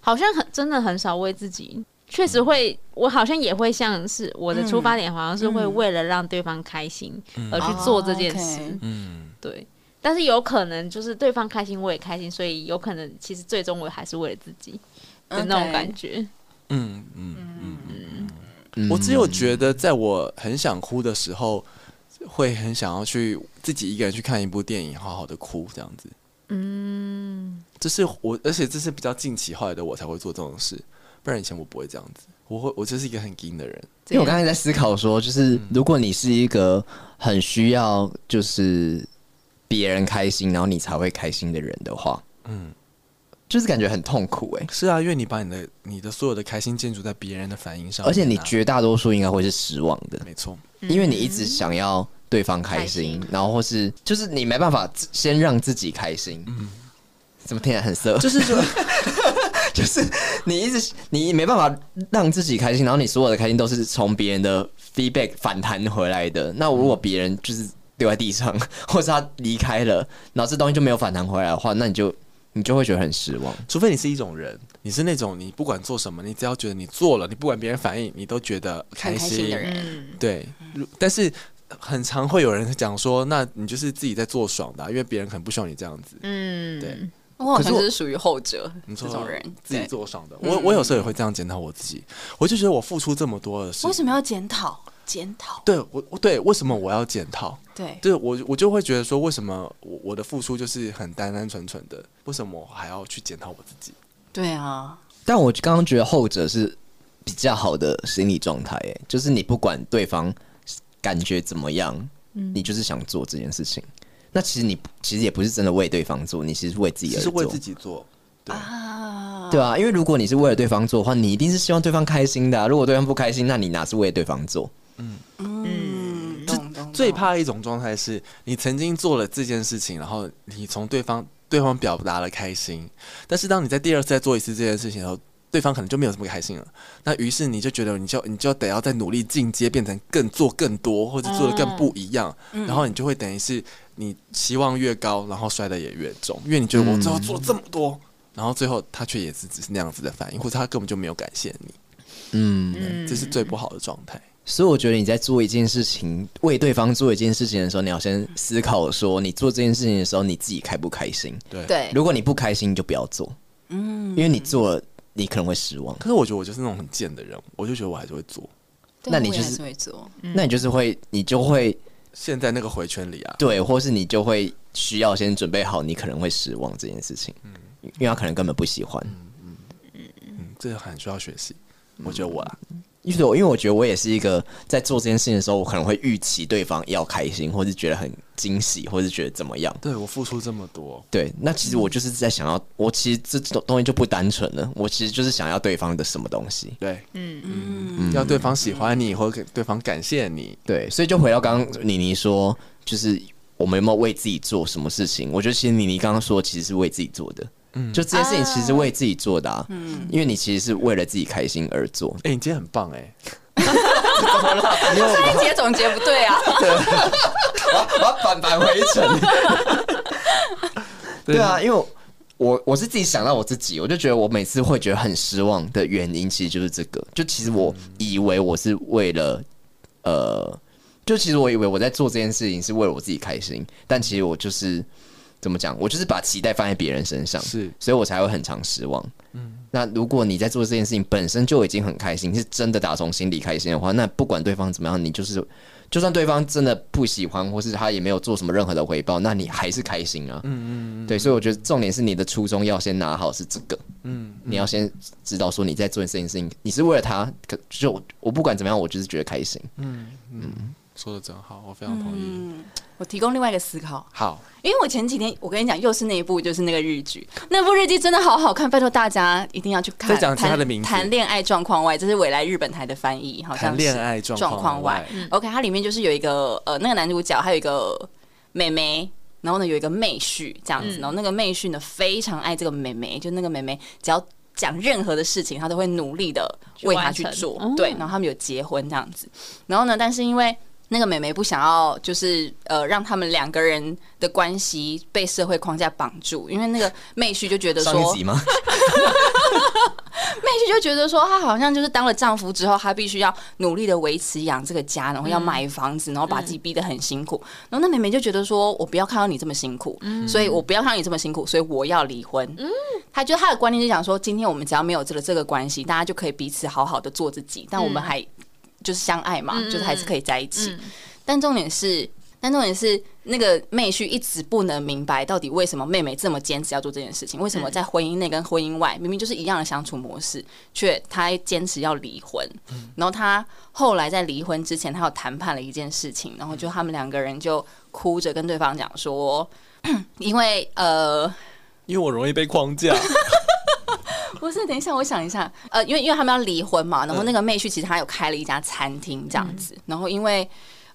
S2: 好像很真的很少为自己，确实会，我好像也会像是我的出发点，好像是会为了让对方开心而去做这件事，
S6: 哦，OK
S3: 嗯，
S2: 对。但是有可能就是对方开心，我也开心，所以有可能其实最终我还是为了自己的那种
S6: OK
S2: 感觉。
S3: 嗯嗯嗯嗯嗯，我只有觉得，在我很想哭的时候，会很想要去自己一个人去看一部电影，好好的哭这样子。
S2: 嗯，
S3: 这是我，而且这是比较近期后来的我才会做这种事，不然以前我不会这样子。我会，我就是一个很硬的人。
S5: 因为我刚才在思考说，就是如果你是一个很需要就是别人开心，然后你才会开心的人的话，
S3: 嗯，
S5: 就是感觉很痛苦哎、
S3: 是啊，因为你把你的你的所有的开心建筑在别人的反应上面啊、
S5: 而且你绝大多数应该会是失望的，
S3: 没错，
S5: 因为你一直想要对方开心，
S2: 开心
S5: 然后或是就是你没办法自先让自己开心，怎么听起来很色？
S3: 嗯就是说，
S5: 就是你一直你没办法让自己开心，然后你所有的开心都是从别人的 feedback 反弹回来的。那如果
S3: 嗯
S5: 别人就是丢在地上， 或是他离开了，然后这东西就没有反弹回来的话，那你就你就会觉得很失望。
S3: 除非你是一种人，你是那种你不管做什么，你只要觉得你做了，你不管别人反应，你都觉得
S6: 很开心的
S2: 嗯
S6: 人，
S3: 对，如但是很常会有人讲说，那你就是自己在做爽的啊、因为别人很不喜欢你这样子。
S2: 嗯，
S3: 对，
S6: 我好像
S3: 可是我
S6: 是属于后者
S3: 你
S6: 这
S3: 说
S6: 种人。
S3: 自己
S6: 对
S3: 做爽的，我我有时候也会这样检讨我自己，我就觉得我付出这么多的事
S6: 为，什么要检讨？检讨
S3: 对我我对为什么我要检讨？
S6: 对，
S3: 对我我就会觉得说，为什么我我的付出就是很单单纯纯的，为什么我还要去检讨我自己？
S6: 对啊，
S5: 但我刚刚觉得后者是比较好的心理状态，诶，就是你不管对方感觉怎么样，你就是想做这件事情。那其实你其实也不是真的为对方做，你其实是为自己
S3: 只
S5: 而
S3: 是
S5: 做，
S3: 为自己做，对，
S5: 对啊，因为如果你是为了对方做的话，你一定是希望对方开心的、啊。如果对方不开心，那你哪是为对方做？
S6: 嗯，懂懂
S3: 最
S6: 懂
S3: 怕一种状态是你曾经做了这件事情，然后你从对方对方表达了开心，但是当你在第二次再做一次这件事情的时候，对方可能就没有这么开心了。那于是你就觉得你就你就得要再努力进阶，变成更做更多，或者做的更不一样，然后你就会等于是你期望越高，然后摔的也越重，因为你觉得我最后做了这么多。然后最后他却也是只是那样子的反应，或者他根本就没有感谢你，
S5: 嗯，
S3: 嗯、这是最不好的状态。
S5: 所以我觉得你在做一件事情，为对方做一件事情的时候，你要先思考说，你做这件事情的时候，你自己开不开心？
S3: 对，
S6: 对，
S5: 如果你不开心，你就不要做，嗯，因为你做了，你可能会失望。
S3: 可是我觉得我就是那种很贱的人，我就觉得我还是会做。
S6: 对
S5: 那你
S6: 我也
S5: 就
S6: 还
S5: 是
S6: 是会做，
S5: 那你就是会，你就会
S3: 现在那个回圈里啊，
S5: 对，或是你就会需要先准备好，你可能会失望这件事情，因为他可能根本不喜欢。
S3: 嗯，这个很需要学习。我觉得我啊啦，
S5: 因为我因为我觉得我也是一个在做这件事情的时候，我可能会预期对方要开心，或是觉得很惊喜，或是觉得怎么样。
S3: 对我付出这么多，
S5: 对，那其实我就是在想要，我其实这种东西就不单纯了，我其实就是想要对方的什么东西。
S3: 对，嗯嗯，要对方喜欢你，或者给对方感谢你，
S5: 对，所以就回到刚刚妮妮说，就是我们有没有为自己做什么事情？我觉得其实妮妮刚刚说，其实是为自己做的。嗯，就这件事情其实是为自己做的啊，嗯，因为你其实是为了自己开心而 做，
S3: 哎、你今天很棒哎、
S6: 这一节总结不对啊，
S5: 我要啊反反回程。对啊，因为我我我是自己想到我自己，我就觉得我每次会觉得很失望的原因，其实就是这个。就其实我以为我是为了呃，就其实我以为我在做这件事情是为了我自己开心，但其实我就是怎么讲，我就是把期待放在别人身上，
S3: 是
S5: 所以我才会很常失望。那如果你在做这件事情本身就已经很开心，是真的打从心里开心的话，那不管对方怎么样，你就是就算对方真的不喜欢，或是他也没有做什么任何的回报，那你还是开心啊。嗯嗯对，所以我觉得重点是你的初衷要先拿好是这个。嗯，你要先知道说你在做这件事情，你是为了他，可就我我不管怎么样，我就是觉得开心。
S3: 说的真好，我非常同意。
S6: 嗯我提供另外一个思考，
S3: 好，
S6: 因为我前几天我跟你讲，又是那一部，就是那个日剧，那部日剧真的好好看，拜托大家一定要去看。
S3: 再讲一次它的
S6: 谈
S3: 名字
S6: 谈恋爱状况外，这是未来日本台的翻译，好像
S3: 谈
S6: 是
S3: 恋爱状
S6: 状
S3: 况
S6: 况
S3: 外
S6: 外。，OK，它里面就是有一个呃，那个男主角还有一个妹妹。然后呢，有一个妹婿这样子，然后那个妹婿呢非常爱这个妹妹，就那个妹妹只要讲任何的事情，他都会努力的为她去
S2: 去完成
S6: 做
S2: 哦，
S6: 对。然后他们有结婚这样子，然后呢，但是因为那个美眉不想要，就是呃，让他们两个人的关系被社会框架绑住，因为那个妹婿就觉得说，
S5: 上一集吗？
S6: 妹婿就觉得说，她好像就是当了丈夫之后，她必须要努力的维持养这个家，然后要买房子，然后把自己逼得很辛苦。然后那妹妹就觉得说，我不要看到你这么辛苦，所以我不要看到你这么辛苦，所以我要离婚。她就她的观念就讲说，今天我们只要没有这个这个关系，大家就可以彼此好好的做自己，但我们还就是相爱嘛，就是还是可以在一起。但重点是，但重点是那个妹婿一直不能明白到底为什么妹妹这么坚持要做这件事情，为什么在婚姻内跟婚姻外明明就是一样的相处模式，却她坚持要离婚。然后她后来在离婚之前，她有谈判了一件事情，然后就他们两个人就哭着跟对方讲说， 因为呃。
S3: 因为我容易被框 架。
S6: 不是，等一下，我想一下。呃，因为因为他们要离婚嘛，然后那个妹婿其实他有开了一家餐厅这样子，然后因为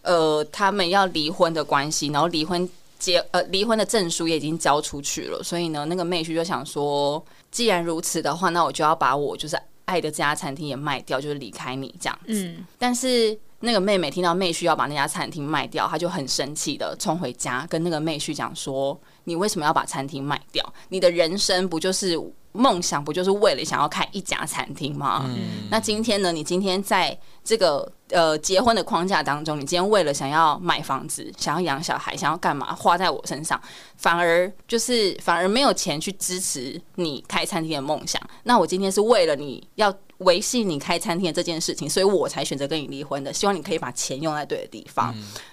S6: 呃他们要离婚的关系，然后离婚结呃离婚的证书也已经交出去了，所以呢，那个妹婿就想说，既然如此的话，那我就要把我就是爱的这家餐厅也卖掉，就是离开你这样子。
S2: 嗯，
S6: 但是那个妹妹听到妹婿要把那家餐厅卖掉，她就很生气的冲回家，跟那个妹婿讲说：“你为什么要把餐厅卖掉？你的人生不就是梦想，不就是为了想要开一家餐厅吗？那今天呢？你今天在这个呃结婚的框架当中，你今天为了想要买房子、想要养小孩、想要干嘛，花在我身上，反而就是反而没有钱去支持你开餐厅的梦想。那我今天是为了你要维系你开餐厅的这件事情，所以我才选择跟你离婚的。希望你可以把钱用在对的地方。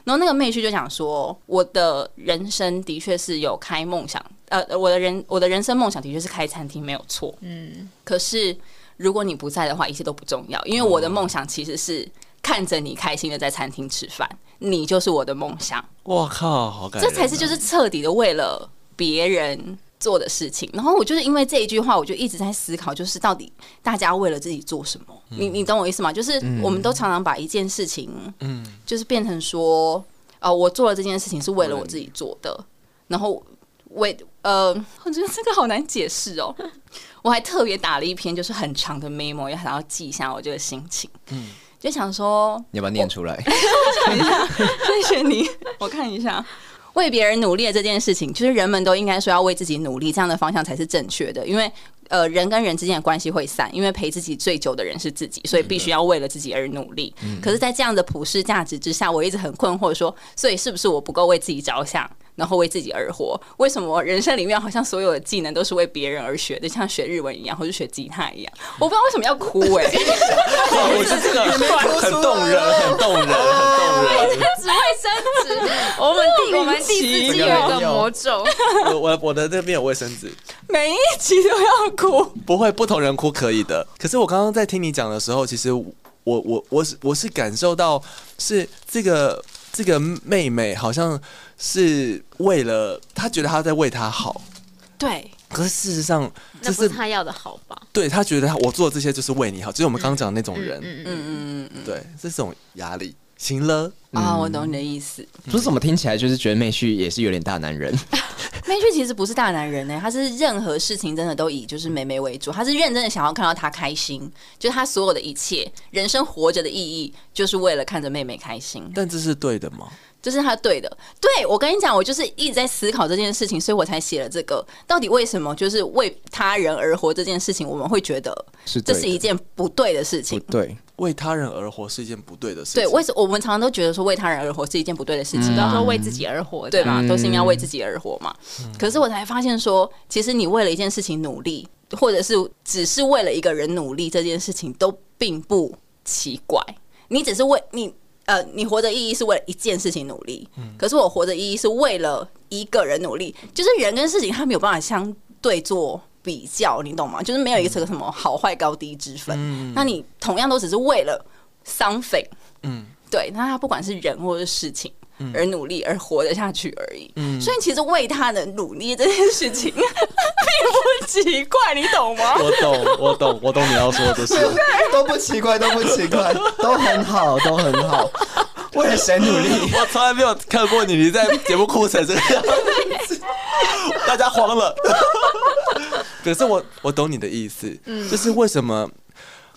S6: 然后那个妹婿就想说，我的人生的确是有开梦想，呃，我的人我的人生梦想的确是开餐厅没有错，嗯，可是如果你不在的话，一切都不重要，因为我的梦想其实是看着你开心的在餐厅吃饭，你就是我的梦想。
S3: 我靠，好感人
S6: 这
S3: 啊、
S6: 才是就是彻底的为了别人做的事情。然后我就是因为这一句话，我就一直在思考，就是到底大家为了自己做什么？
S3: 嗯
S6: 你你懂我意思吗？就是我们都常常把一件事情，嗯，就是变成说，呃，我做了这件事情是为了我自己做的，然后为呃，我觉得这个好难解释哦。 我还特别打了一篇就是很长的 memo，也想要记一下我这个心情，嗯，就想说
S5: 你要不要念出来？
S6: 谢谢你， 我看一下。为别人努力的这件事情，就是人们都应该说要为自己努力，这样的方向才是正确的。因为呃，人跟人之间的关系会散，因为陪自己最久的人是自己，所以必须要为了自己而努力。可是，在这样的普世价值之下，我一直很困惑说所以是不是我不够为自己着想，然后为自己而活？为什么人生里面好像所有的技能都是为别人而学的，像学日文一样，或是学吉他一样？我不知道为什么要哭哎、
S3: 哇， 我觉得这个很动人，很动人，很动人。
S2: 只会升职。我们第我们第四季有一个魔咒，
S3: 我 我我的那边有卫生纸，
S6: 每一集都要哭。
S3: 不会不同人哭可以的。可是我刚刚在听你讲的时候，其实我我我是我是感受到是这个这个妹妹好像是为了她觉得她在为她好，
S6: 对，
S3: 可是事实上
S2: 那
S3: 就
S2: 不是
S3: 是
S2: 他要的好吧？
S3: 对她觉得她我做这些就是为你好，就是我们刚刚讲的那种人，
S2: 嗯嗯，
S6: 嗯嗯嗯
S3: 对这种压力。行了，
S6: 嗯，啊，我懂你的意思。
S5: 不是怎么听起来就是觉得妹婿也是有点大男人，
S6: 妹婿其实不是大男人呢、欸他是任何事情真的都以就是妹妹为主，他是认真的想要看到她开心，就是他所有的一切，人生活着的意义就是为了看着妹妹开心，
S3: 但这是对的吗？
S6: 这是他对的。对我跟你讲，我就是一直在思考这件事情，所以我才写了这个。到底为什么就是为他人而活这件事情，我们会觉得
S5: 是对
S6: 这
S5: 的
S6: 是一件不对的事情
S5: 不？对，
S3: 为他人而活是一件不对的事情。
S6: 对，为什我们常常都觉得说为他人而活是一件不对啊的事情，
S2: 你都要说为自己而活，
S6: 对
S2: 吧？
S6: 吧？
S5: 嗯
S6: 都是因为要为自己而活嘛。可是我才发现说，其实你为了一件事情努力，或者是只是为了一个人努力，这件事情都并不奇怪。你只是为你呃，你活着意义是为了一件事情努力，可是我活着意义是为了一个人努力，就是人跟事情它没有办法相对做。比较，你懂吗？就是没有一个什么好坏高低之分。那你同样都只是为了 something，
S3: 嗯
S6: 对，那他不管是人或者是事情而努力而活得下去而已。所以其实为他的努力这件事情 并不奇怪，你懂吗？
S3: 我懂，我懂，我懂你要说的是，
S5: 都不奇怪，都不奇怪，都很好，都很好，为了谁努力？
S3: 我从来没有看过你你在节目哭成这个样子， 大家
S5: 嗯
S3: 慌了。可是我我懂你的意思，就是为什么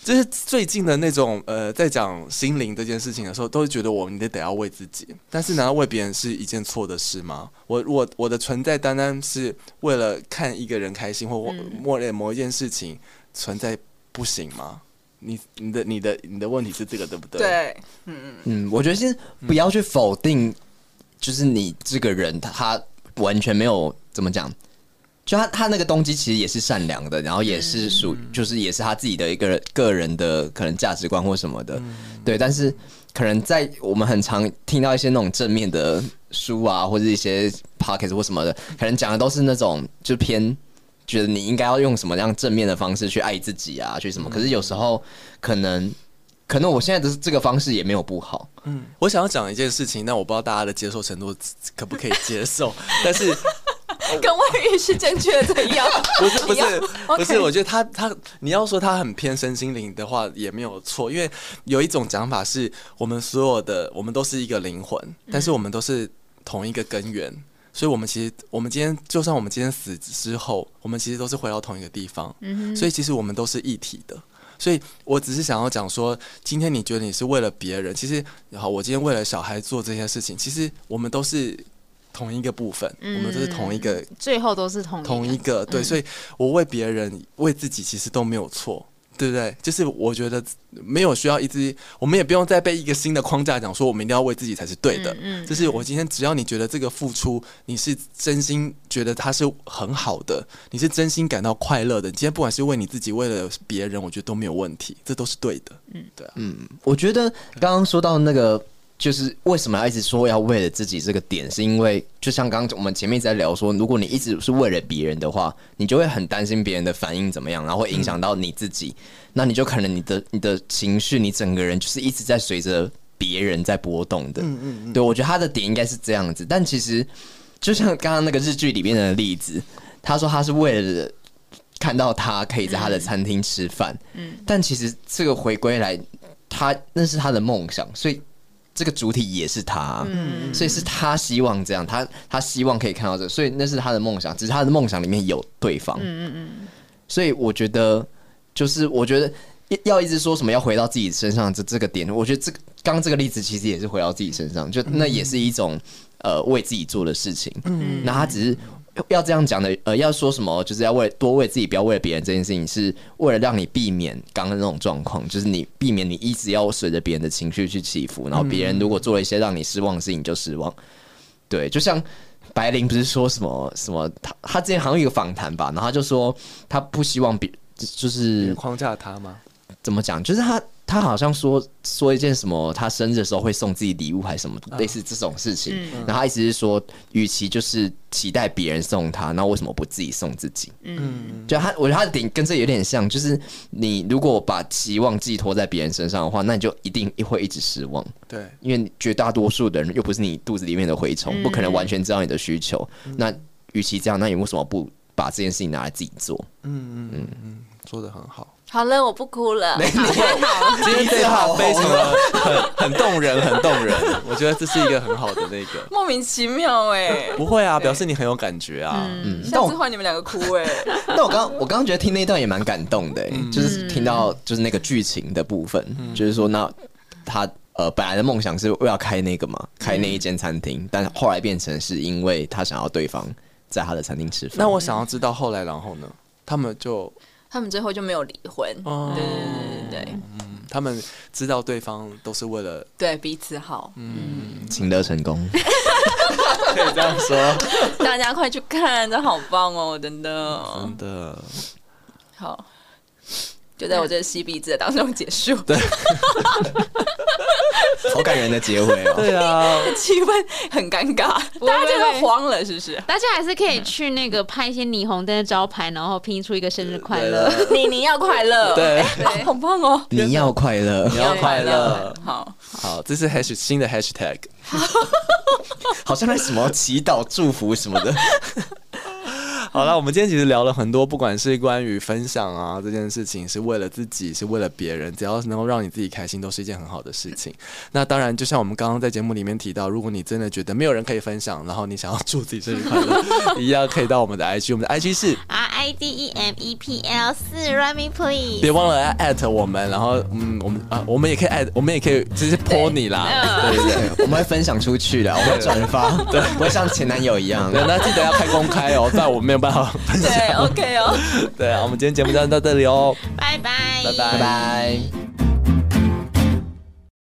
S3: 就是最近的那种呃，在讲心灵这件事情的时候，都会觉得我们得得要为自己，但是难道为别人是一件错的事吗？我我我的存在单单是为了看一个人开心，或或
S5: 嗯
S3: 默认某一件事情存在不行吗？你你的你的你的问题是这个对不对？，
S6: 对，
S5: 嗯，我觉得先不要去否定，就是你这个人他完全没有怎么讲，就他他那个动机其实也是善良的，然后也是属、就是也是他自己的一个个人的可能价值观或什么的，对，但是可能在我们很常听到一些那种正面的书啊，或者一些 pocket 或什么的，可能讲的都是那种就偏。觉得你应该要用什么样正面的方式去爱自己啊，去什么？可是有时候可能，可能我现在的这个方式也没有不好，
S3: 嗯，我想要讲一件事情，但我不知道大家的接受程度可不可以接受， 但是
S6: 跟外遇是正确的一样。
S3: 不是 不
S6: 一样
S3: 是
S6: OK
S3: 不是，我觉得他他你要说他很偏身心灵的话也没有错，因为有一种讲法是我们所有的我们都是一个灵魂，嗯但是我们都是同一个根源，所以我们其实我们今天就算我们今天死之后，我们其实都是回到同一个地方，所以其实我们都是一体的。所以我只是想要讲说，今天你觉得你是为了别人，其实好，我今天为了小孩做这些事情，其实我们都是同一个部分，我们都是同一个
S2: 最后都是同一嗯
S3: 同一个，对，所以我为别人、为自己其实都没有错，对不对？就是我觉得没有需要一直，我们也不用再被一个新的框架讲说我们一定要为自己才是对的。
S2: 嗯嗯
S3: 就是我今天只要你觉得这个付出你是真心觉得它是很好的，你是真心感到快乐的，你今天不管是为你自己，为了别人，我觉得都没有问题，这都是对的。嗯，对啊，
S5: 我觉得刚刚说到那个，就是为什么要一直说要为了自己这个点，是因为就像刚刚我们前面一直在聊说，如果你一直是为了别人的话，你就会很担心别人的反应怎么样，然后会影响到你自己，那你就可能你的你的情绪，你整个人就是一直在随着别人在波动的。嗯嗯对，我觉得他的点应该是这样子，但其实就像刚刚那个日剧里面的例子，他说他是为了。看到他可以在他的餐厅吃饭，嗯，但其实这个回归来，他那是他的梦想，所以这个主体也是他，所以是他希望这样，他他希望可以看到这个所以那是他的梦想，只是他的梦想里面有对方，嗯嗯嗯，所以我觉得就是我觉得一要一直说什么要回到自己身上这这个点，我觉得这个刚刚这个例子其实也是回到自己身上，就那也是一种呃为自己做的事情，嗯，那他只是。要这样讲的，呃，要说什么，就是要为多为自己，不要为了别人这件事情，是为了让你避免刚刚那种状况，就是你避免你一直要随着别人的情绪去起伏，然后别人如果做了一些让你失望的事情，你就失望。对，就像白灵不是说什么什么，他他之前好像有一个访谈吧，然后他就说他不希望别就是
S3: 框架他吗？
S5: 怎么讲？就是他他好像说说一件什么，他生日的时候会送自己礼物还是什么，类似这种事情。然后他意思是说，与其就是期待别人送他，那为什么不自己送自己？嗯，就他我觉得他的点跟这有点像，就是你如果把期望寄托在别人身上的话，那你就一定会一直失望。
S3: 对，
S5: 因为绝大多数的人又不是你肚子里面的蛔虫，不可能完全知道你的需求。那与其这样，那你为什么不把这件事情拿来自己做？
S3: 嗯嗯嗯嗯，说的很好。
S6: 好了，我不哭了。
S3: 今天这一趴非常的 很很动人，很动人。我觉得这是一个很好的那个。
S6: 莫名其妙哎，
S3: 不会啊，表示你很有感觉啊。
S5: 嗯，但
S6: 下
S5: 我
S6: 次换你们两个哭哎。
S5: 但我刚我刚刚觉得听那一段也蛮感动的、欸就是听到就是那个剧情的部分，就是说那他呃本来的梦想是为了开那个嘛，开那一间餐厅，但后来变成是因为他想要对方在他的餐厅吃饭。
S3: 那我想要知道后来然后呢？他们就
S6: 他们最后就没有离婚。
S3: 哦
S6: 对对对对对
S3: 嗯他们知道对方都是 为了
S6: 对，彼此好，
S5: 请得成功，
S3: 可以这样说，
S6: 大家快去看，这好棒哦，真
S5: 啊
S6: 的
S3: 真的。
S6: 好。就在我这吸鼻子的当中结束，对，
S5: 好感人的结尾哦。
S3: 对啊，
S6: 气氛很尴尬，
S2: 不会
S6: 大家就
S2: 不会
S6: 都慌了，是不是？
S2: 大家还是可以去那个拍一些霓虹灯的招牌，然后拼出一个生日快乐。
S6: 你你要快乐，
S3: 对
S6: 啊好棒哦，
S5: 你 要快乐，
S3: 你要快乐。
S6: 好，
S3: 好，这是 hash 新的 hashtag。
S5: 好像在什么祈祷、祝福什么的。
S3: 好了，我们今天其实聊了很多，不管是关于分享啊这件事情，是为了自己，是为了别人，只要能够让你自己开心，都是一件很好的事情。那当然，就像我们刚刚在节目里面提到，如果你真的觉得没有人可以分享，然后你想要祝自己生日快乐，一样可以到我们的 IG，我们的 IG 是
S2: R I D E M E P L 四 Run Me Please。
S3: 别忘了艾特我们，然后嗯，我们啊，我们也可以艾，我们也可以直接 po 你啦，对对对。
S5: 我们会分享出去的，我们会转发，对，不会像前男友一样。
S3: 对，那记得要开公开哦，不然我没有办法分享。
S6: 对，OK 哦。
S3: 对啊，我们今天节目就到这里哦，
S2: 拜拜，
S3: 拜拜
S5: 拜拜。